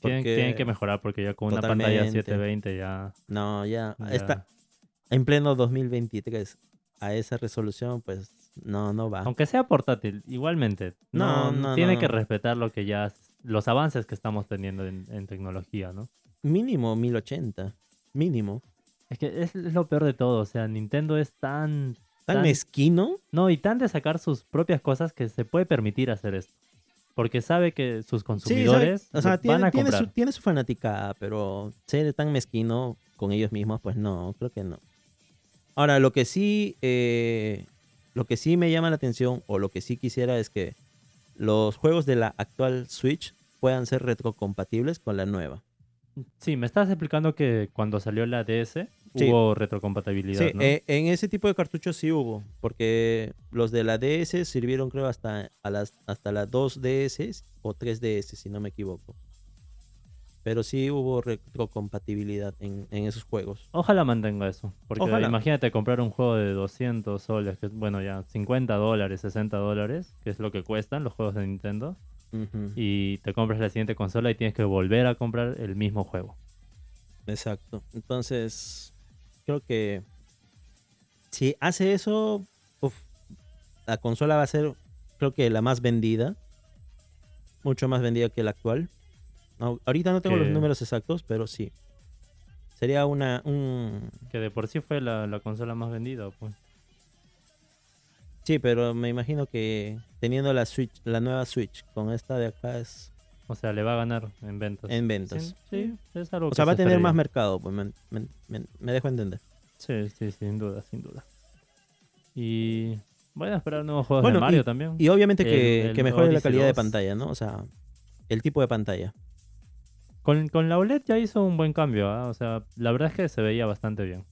Tienen,
Porque-
tienen que mejorar porque ya con una pantalla
Totalmente.
720 ya.
No, ya,
ya-
está en pleno 2023 a esa resolución, pues no, no va.
Aunque sea portátil, igualmente. No,
No, no,
tiene
no,
que
no.
respetar lo que ya. Los avances que estamos teniendo en, en tecnología, ¿no?
Mínimo 1080, mínimo.
Es que es lo peor de todo. O sea, Nintendo es tan.
Tan,
Tan-
mezquino.
No, y tan de sacar sus propias cosas que se puede permitir hacer esto. Porque sabe que sus
Sí, sabe-
consumidores
o sea,
van
tiene,
a
tiene su,
comprar.
tiene su fanaticada, pero ser tan mezquino con ellos mismos, pues no, creo que no. Ahora, lo que sí, eh, lo que sí me llama la atención, o lo que sí quisiera es que los juegos de la actual Switch puedan ser retrocompatibles con la nueva.
Sí, me estabas explicando que cuando salió la DS
Sí.
hubo retrocompatibilidad,
Sí,
¿no?
eh, en ese tipo de cartuchos sí hubo, porque los de la DS sirvieron creo hasta, a las, hasta las 2DS o 3DS, si no me equivoco. Pero sí hubo retrocompatibilidad en, en esos juegos.
Ojalá mantenga eso. Porque
Ojalá.
imagínate comprar un juego de 200 soles, que es, bueno, ya 50 dólares, 60 dólares, que es lo que cuestan los juegos de Nintendo,
Ujú,
y te compras la siguiente consola y tienes que volver a comprar el mismo juego.
Exacto. Entonces, creo que si hace eso, uf, la consola va a ser, creo que la más vendida. Mucho más vendida que la actual. Au- Ahorita no tengo los
Que-
números exactos, pero sí. Sería una. Un...
Que de por sí fue la, la consola más vendida, pues.
Sí, pero me imagino que teniendo la Switch, la nueva Switch con esta de acá es
O sea, le va a ganar en ventas.
en
Sí,
ventas.
sí, es algo
O
Pues que
sea, va a
se
tener
espera.
más mercado, pues me, me- me- me dejo entender.
Sí, sí, sin duda, sin duda. Y bueno, esperar nuevos juegos
Bueno,
de Mario también.
Y obviamente
El-
que,
el
que mejore la
Odyssey
calidad de
2.
pantalla, ¿no? O sea, el tipo de pantalla.
Con, con la OLED ya hizo un buen cambio, ¿ah? o sea, la verdad es que se veía bastante bien.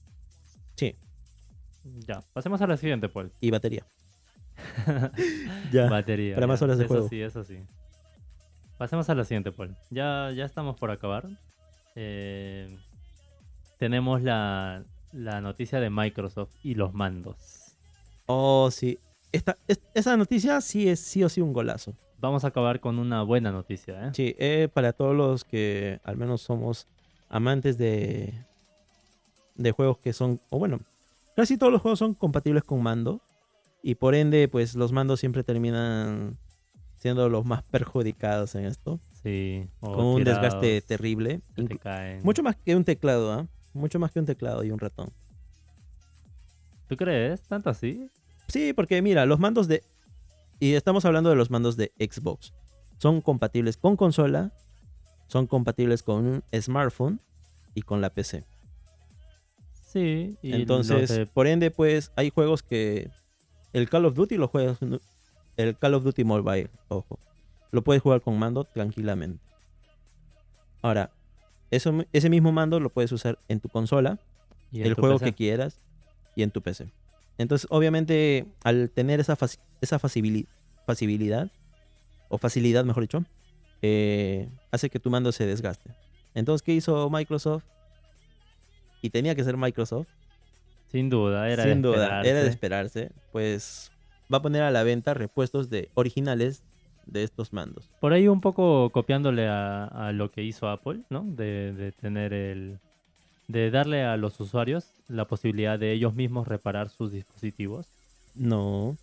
Sí,
Ya, pasemos a la siguiente, Paul.
y batería. ya.
Batería.
Ah, para más
ya.
horas de
eso
juego.
Sí, eso sí. Pasemos a la siguiente, Paul. Ya, ya estamos por acabar. Eh, tenemos la, la noticia de Microsoft y los mandos.
Oh, sí. Esta, es- esa noticia sí es sí o sí un golazo.
Vamos a acabar con una buena noticia, ¿eh?
Sí, eh, para todos los que al menos somos amantes de, de juegos que son, o bueno, casi todos los juegos son compatibles con mando. Y por ende, pues los mandos siempre terminan siendo los más perjudicados en esto.
Sí. o
con un
tirados,
desgaste terrible.
se te
Inclu-
caen.
Mucho más que un teclado, ¿ah? Mucho más que un teclado y un ratón.
¿Tú crees? ¿Tanto así?
Sí, porque mira, los mandos de... Y estamos hablando de los mandos de Xbox. Son compatibles con consola, son compatibles con un smartphone y con la PC.
Sí, y
Entonces,
los de-
por ende, pues hay juegos que el Call of Duty lo juegas, no- el Call of Duty Mobile, ojo, lo puedes jugar con mando tranquilamente. Ahora, eso, mi- ese mismo mando lo puedes usar en tu consola,
y en
el
tu
juego
PC.
que quieras y en tu PC. Entonces, obviamente, al tener esa, faci- esa facibili- facilidad, o facilidad, mejor dicho, eh, hace que tu mando se desgaste. Entonces, ¿qué hizo Microsoft? Y tenía que ser Microsoft.
Sin duda, era
Sin
de
duda, era de
esperarse.
esperarse. Pues va a poner a la venta repuestos de originales de estos mandos.
Por ahí un poco copiándole a, a lo que hizo Apple, ¿no? De, de tener el... De darle a los usuarios la posibilidad de ellos mismos reparar sus dispositivos.
No.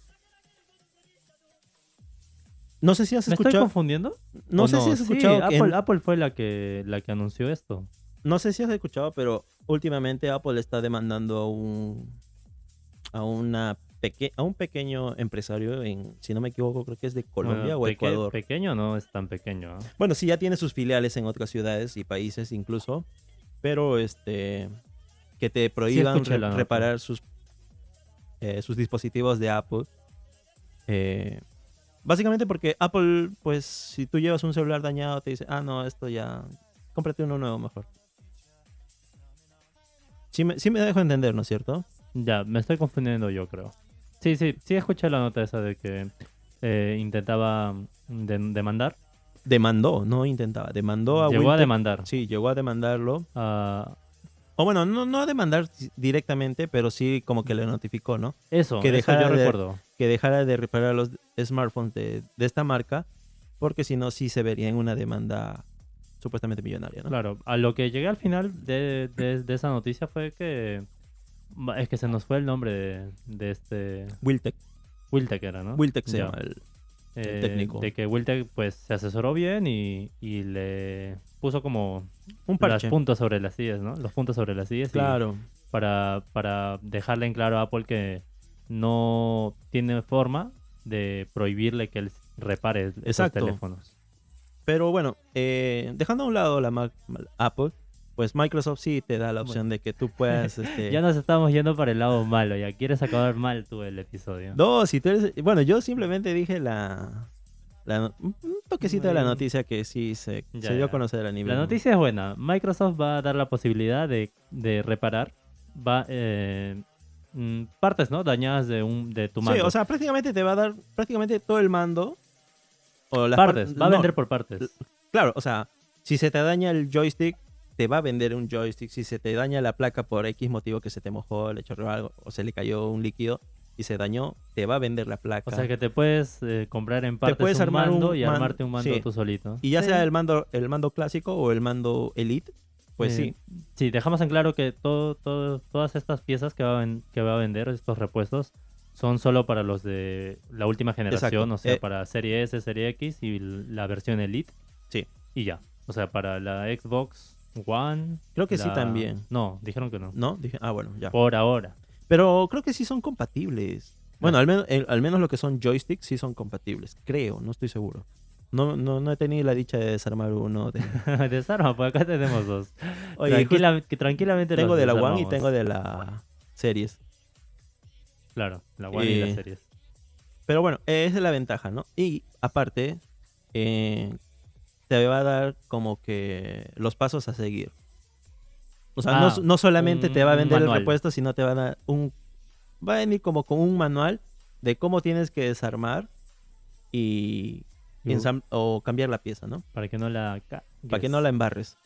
No sé si has
¿Me estoy
escuchado.
confundiendo?
No
¿O
sé si has
Sí,
escuchado. que en-
Apple, Apple fue la que, la que anunció esto.
No sé si has escuchado, pero últimamente Apple está demandando a un a una peque- a un pequeño empresario en, si no me equivoco, creo que es de Colombia
Bueno,
o
peque-
Ecuador.
Ah, Pequeño no es tan pequeño. ¿ah?
Bueno, sí, ya tiene sus filiales en otras ciudades y países incluso, pero este que te prohíban
escuché
re-
la nota.
reparar sus, eh, sus dispositivos de Apple. Eh, básicamente porque Apple, pues si tú llevas un celular dañado, te dice, ah, no, esto ya, cómprate uno nuevo mejor. Sí me, sí me dejo entender, ¿no es cierto?
Ya, me estoy confundiendo yo creo. Sí, sí, sí escuché la nota esa de que eh, intentaba mm, de- demandar.
Demandó, no intentaba, demandó a
Llegó a
Winter-
demandar. ah,
Sí, llegó a demandarlo.
a-
O bueno, no, no a demandar directamente, pero sí como que le notificó, ¿no?
eso,
Que
eso
dejara
yo
de-
recuerdo.
que dejara de reparar los smartphones de, de esta marca, porque si no, sí se vería en una demanda supuestamente millonaria, ¿no?
Claro, a lo que llegué al final de, de- de esa noticia fue que... Es que se nos fue el nombre de, de este...
Wiltec,
Wiltec era, ¿no?
Wiltec se
Ya.
llama el-
eh,
técnico.
De que Wiltec pues se asesoró bien y, y le puso como
un
los
parche.
puntos sobre las sillas, ¿no? Los puntos sobre las sillas. y
Claro,
Para, para dejarle en claro a Apple que no tiene forma de prohibirle que él repare esos
Exacto.
teléfonos.
pero bueno, eh, dejando a un lado la mar- Apple, pues Microsoft sí te da la opción de que tú puedas... Este,
Ya nos estamos yendo para el lado malo, ya quieres acabar mal tú el episodio.
No, si tú eres... Bueno, yo simplemente dije la... la no- un toquecito de la
Bueno.
noticia que sí se,
Ya,
se dio a
ya.
conocer a nivel...
La noticia es buena. Microsoft va a dar la posibilidad de, de reparar va, eh, mm, partes ¿no? dañadas de, un, de tu mando.
Sí, o sea, prácticamente te va a dar prácticamente todo el mando. O las par-
partes, va a
no,
vender por partes.
Claro, o sea, si se te daña el joystick, te va a vender un joystick. Si se te daña la placa por X motivo que se te mojó, le chorreó algo o se le cayó un líquido y se dañó, te va a vender la placa.
O sea que te puedes eh, comprar en partes
puedes
un
armar
mando
un
y
man-
armarte un mando
sí.
tú solito.
Y ya
Sí.
sea el mando, el mando clásico o el mando Elite, pues
Eh,
sí.
Sí, dejamos en claro que todo, todo- todas estas piezas que va, a ven- que va a vender, estos repuestos, son solo para los de la última generación,
Exacto.
o sea,
Eh.
para Serie S, Serie X y l- la versión Elite.
Sí.
Y ya. O sea, para la Xbox One.
Creo que sí
la-
también.
No, dijeron que no.
¿No? Dije, ah, bueno, ya.
Por ahora.
Pero creo que sí son compatibles. Bueno, al menos, el- al menos lo que son joysticks sí son compatibles. Creo, no estoy seguro. No, no, no he tenido la dicha de desarmar uno. de-
Desarma, pues acá tenemos dos.
Oye,
Tranquila- que tranquilamente los
tengo de la One y
desarmamos.
tengo de la Series.
Claro, la One y
Eh,
las series.
Pero bueno, eh, esa es la ventaja, ¿no? Y aparte, eh, te va a dar como que los pasos a seguir. O sea, no,
Ah,
no solamente te va a
un
vender el
manual.
repuesto, sino te va a dar un... Va a venir como con un manual de cómo tienes que desarmar y...
Y-
ensam- o cambiar la pieza, ¿no?
Para que no la ca-
Para que no la embarres.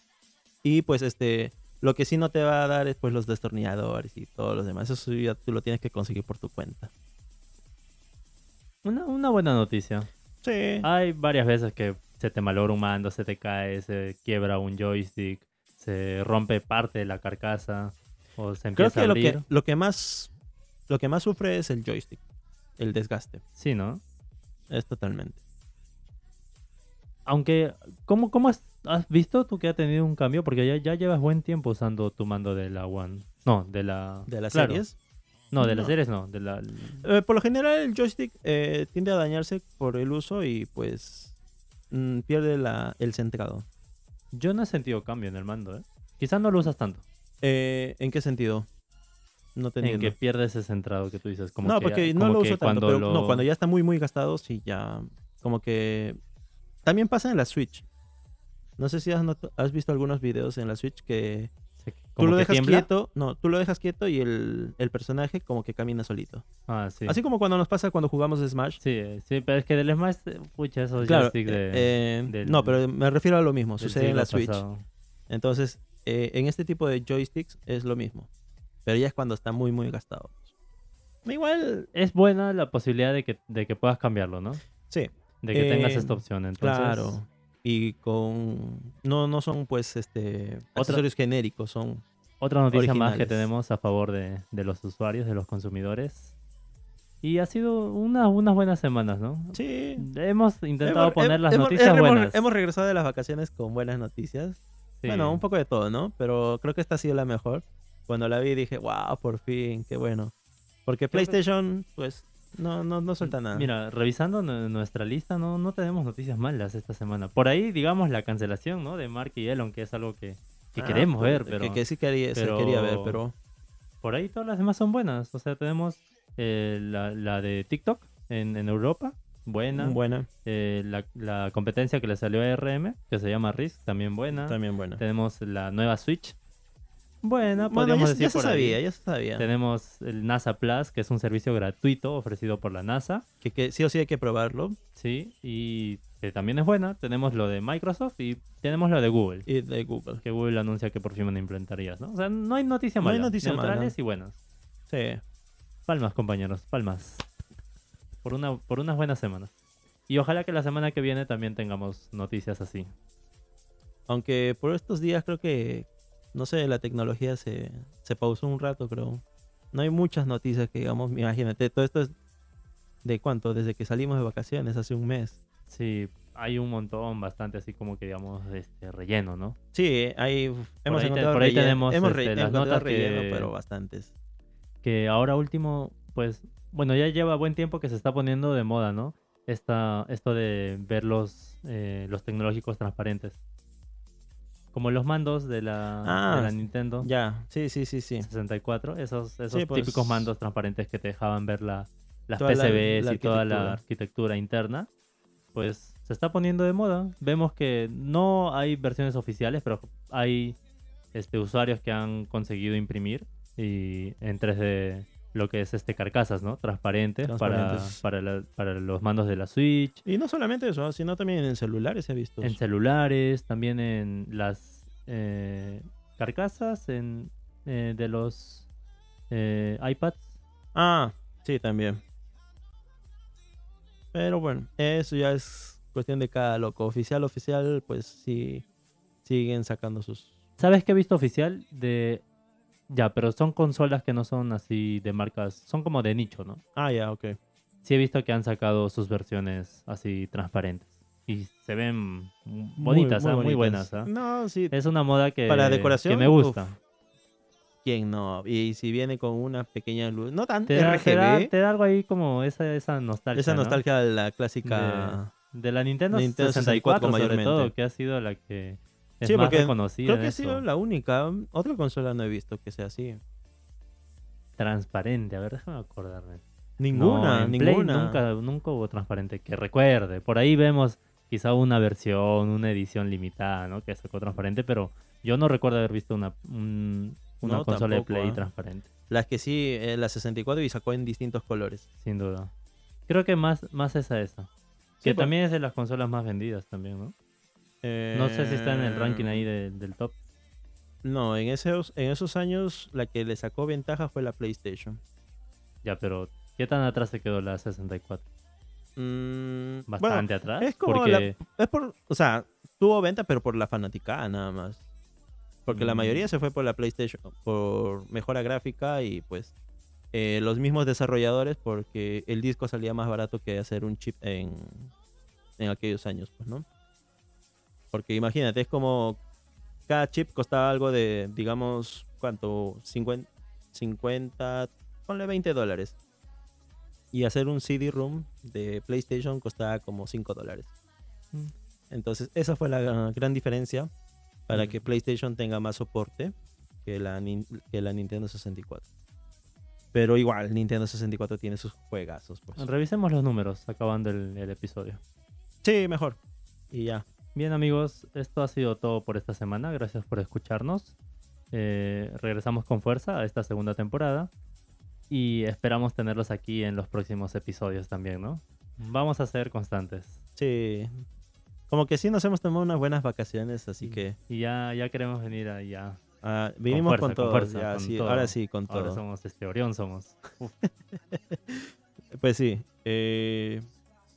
Y pues este... Lo que sí no te va a dar es pues los destornilladores y todos los demás. Eso ya tú lo tienes que conseguir por tu cuenta.
Una, una buena noticia.
Sí.
Hay varias veces que se te malogra un mando, se te cae, se quiebra un joystick, se rompe parte de la carcasa o se
Creo
empieza
que
a
lo,
abrir.
que lo que más lo que más sufre es el joystick, el desgaste,
Sí, ¿no?
es totalmente.
Aunque, ¿cómo, cómo has, has visto tú que ha tenido un cambio? Porque ya, ya llevas buen tiempo usando tu mando de la One. No, de la...
De las
claro.
series,
No, de las
No.
series no, de la...
eh, por lo general el joystick eh, tiende a dañarse por el uso y pues mm, pierde la- el centrado.
Yo no he sentido cambio en el mando, ¿eh? Quizás no lo usas tanto.
Eh, ¿En qué sentido? No te
en que
entiendo.
pierde ese centrado que tú dices. Como
no,
que ya-
porque no
como
lo
que
uso tanto,
cuando
pero
lo-
no, cuando ya está muy, muy gastado, sí, ya. Como que. También pasa en la Switch. No sé si has, not- has visto algunos videos en la Switch que
se-
tú
como
lo
que
dejas
tiembla.
quieto, no, tú lo dejas quieto y el, el personaje como que camina solito.
Ah, sí.
Así como cuando nos pasa cuando jugamos Smash.
Sí, eh, sí, pero es que del Smash, eh, pucha, esos
Claro,
joystick de,
eh,
del-
no, pero me refiero a lo mismo,
del
sucede en la
siglo
Switch.
pasado.
Entonces, eh, en este tipo de joysticks es lo mismo, pero ya es cuando está muy, muy gastado. Igual,
Es buena la posibilidad de que, de que puedas cambiarlo, ¿no?
sí,
De que tengas
Eh,
esta opción. Entonces,
claro. Y con... No, no son pues este... Accesorios genéricos, son...
Otra noticia más que
originales.
tenemos a favor de, de los usuarios, de los consumidores. Y ha sido una- unas buenas semanas, ¿no?
Sí.
Hemos intentado
Hemos-
poner las
hemos-
noticias
hemos-
buenas.
Hemos regresado de las vacaciones con buenas noticias.
Sí.
Bueno, un poco de todo, ¿no? Pero creo que esta ha sido la mejor. Cuando la vi dije, wow, por fin, qué bueno. Porque
Creo que-
PlayStation, pues, no, no, no suelta nada.
Mira, revisando nu- nuestra lista, no, no tenemos noticias malas esta semana. Por ahí, digamos, la cancelación, ¿no? De Mark y Elon, que es algo que, que
Ah,
queremos
pues,
ver, pero...
Que, que sí quería, se
pero-
quería ver, pero...
por ahí todas las demás son buenas. O sea, tenemos eh, la, la de TikTok en, en Europa, buena.
Buena.
Eh, la, la competencia que le salió a RM, que se llama Risk, también buena.
También buena.
Tenemos la nueva Switch, buena,
Bueno,
podríamos
ya,
decir
ya se
por ahí.
sabía, ya se sabía.
Tenemos el NASA Plus, que es un servicio gratuito ofrecido por la NASA,
Que, que sí o sí hay que probarlo.
¿sí? Y que también es buena. Tenemos lo de Microsoft y tenemos lo de Google,
Y de Google.
que Google anuncia que por fin van a implementar IAs, ¿no? O sea, no hay noticia
No hay
mala.
noticia mala.
neutrales y buenas.
Sí.
Palmas, compañeros, palmas. Por, una, por unas buenas semanas. Y ojalá que la semana que viene también tengamos noticias así.
Aunque por estos días creo que, no sé, la tecnología se, se pausó un rato, creo. No hay muchas noticias que digamos, imagínate, todo esto es de cuánto, desde que salimos de vacaciones, hace un mes.
Sí, hay un montón bastante así como que digamos este relleno, ¿no?
Sí, hay, hemos
eh, ahí te-
encontrado
por ahí
relleno-
tenemos,
hemos
este,
re-
las
encontrado
notas
relleno,
que-
pero bastantes.
Que ahora último, pues, bueno, ya lleva buen tiempo que se está poniendo de moda, ¿no? Esta, esto de ver los, eh, los tecnológicos transparentes. Como los mandos de la,
Ah,
de la Nintendo
Ya, sí, sí, sí, sí.
64, esos, esos
Sí, pues,
típicos mandos transparentes que te dejaban ver la, las
toda la-
PCBs
la
y toda
arquitectura.
la arquitectura interna, pues se está poniendo de moda. Vemos que no hay versiones oficiales, pero hay este, usuarios que han conseguido imprimir y en 3D lo que es este carcasas, ¿no? Transparentes,
Transparentes.
Para, para, la- para los mandos de la Switch,
Y no solamente eso, sino también en celulares he visto.
en celulares, también en las eh, carcasas en, eh, de los eh, iPads.
Ah, sí, también. Pero bueno, eso ya es cuestión de cada loco. Oficial, oficial, pues sí, siguen sacando sus...
¿Sabes qué he visto oficial? De. Ya, pero son consolas que no son así de marcas. Son como de nicho, ¿no?
Ah, ya, ok.
Sí he visto que han sacado sus versiones así transparentes. Y se ven bonitas, ¿ah? muy, buenas. ¿ah?
No, sí.
Es una moda que,
Para decoración,
que me gusta.
uf, ¿Quién no? Y si viene con una pequeña luz... No tan
Te da,
RGB.
te da- te da algo ahí como esa, esa nostalgia.
Esa
¿no?
nostalgia de la clásica...
De la Nintendo,
Nintendo
64,
64
sobre todo,
mayormente.
que ha sido la que es
Sí,
más
porque
reconocida.
Creo
en
que ha
eso.
sido la única. mm, Otra consola no he visto que sea así.
Transparente, a ver, déjame acordarme.
Ninguna,
No, en Play
ninguna.
nunca, nunca hubo transparente. Que recuerde. Por ahí vemos quizá una versión, una edición limitada, ¿no? Que sacó transparente, pero yo no recuerdo haber visto una, un- una
No,
consola
tampoco,
de Play
ah.
transparente,
Las que sí, eh, la 64 y sacó en distintos colores.
sin duda. Creo que más, más esa esa.
Sí,
que
pues.
también es de las consolas más vendidas también, ¿no? No
eh,
sé si está en el ranking ahí de- del top.
No, en esos, en esos años la que le sacó ventaja fue la PlayStation.
Ya, pero ¿qué tan atrás se quedó la 64?
Mm, bueno,
Bastante atrás.
es como
porque...
la- es por, o sea, tuvo venta, pero por la fanaticada nada más. Porque la
Mm.
mayoría se fue por la PlayStation, por mejora gráfica y pues eh, los mismos desarrolladores porque el disco salía más barato que hacer un chip en, en aquellos años, pues, ¿no? Porque imagínate, es como cada chip costaba algo de, digamos, ¿cuánto? 50, 50 ponle 20 dólares. Y hacer un CD-ROOM de PlayStation costaba como 5 dólares.
Mm.
Entonces, esa fue la gran- gran diferencia para
Mm.
que PlayStation tenga más soporte que la, Nin- que la Nintendo 64. Pero igual, Nintendo 64 tiene sus juegazos. pues.
Revisemos los números acabando el, el episodio.
Sí, mejor. Y ya.
Bien amigos, esto ha sido todo por esta semana. Gracias por escucharnos. Eh, regresamos con fuerza a esta segunda temporada y esperamos tenerlos aquí en los próximos episodios también, ¿no? Vamos a ser constantes.
Sí. Como que sí nos hemos tomado unas buenas vacaciones, así que
Y ya, ya queremos venir allá.
ah, vinimos
fuerza,
con,
Mm. con
todo.
fuerza,
ya,
con
sí,
todo.
Ahora sí, con todo.
Ahora somos este Orión, somos.
Pues sí. eh,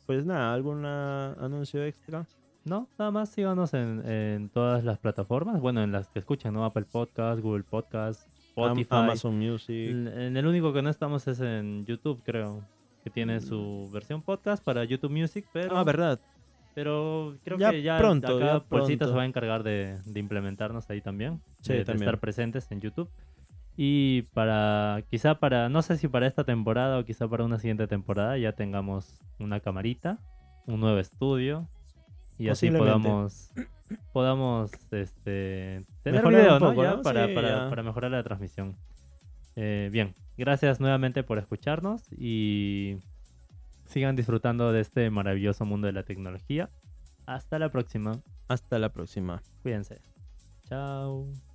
pues nada, ¿algún ah, anuncio extra?
No, nada más síganos en, en todas las plataformas, bueno, en las que escuchan, ¿no? Apple Podcast, Google Podcast,
Am-
Spotify.
Amazon Music.
En en el único que no estamos es en YouTube, creo. Que tiene su versión podcast para YouTube Music, pero,
Ah, verdad.
pero creo
Ya
que ya
pronto,
acá
ya
Polsita se
pronto.
va a encargar de, de implementarnos ahí también.
Sí,
de- de
también.
estar presentes en YouTube. Y para, quizá para, no sé si para esta temporada o quizá para una siguiente temporada ya tengamos una camarita, un nuevo estudio y así
Posiblemente.
podamos podamos este, tener
Mejorar
video,
un
¿no?
poco,
Ya
¿no?
Para,
Sí,
para-
ya.
para mejorar la transmisión. Eh, bien, gracias nuevamente por escucharnos y sigan disfrutando de este maravilloso mundo de la tecnología. Hasta la próxima.
Hasta la próxima.
Cuídense. Chao.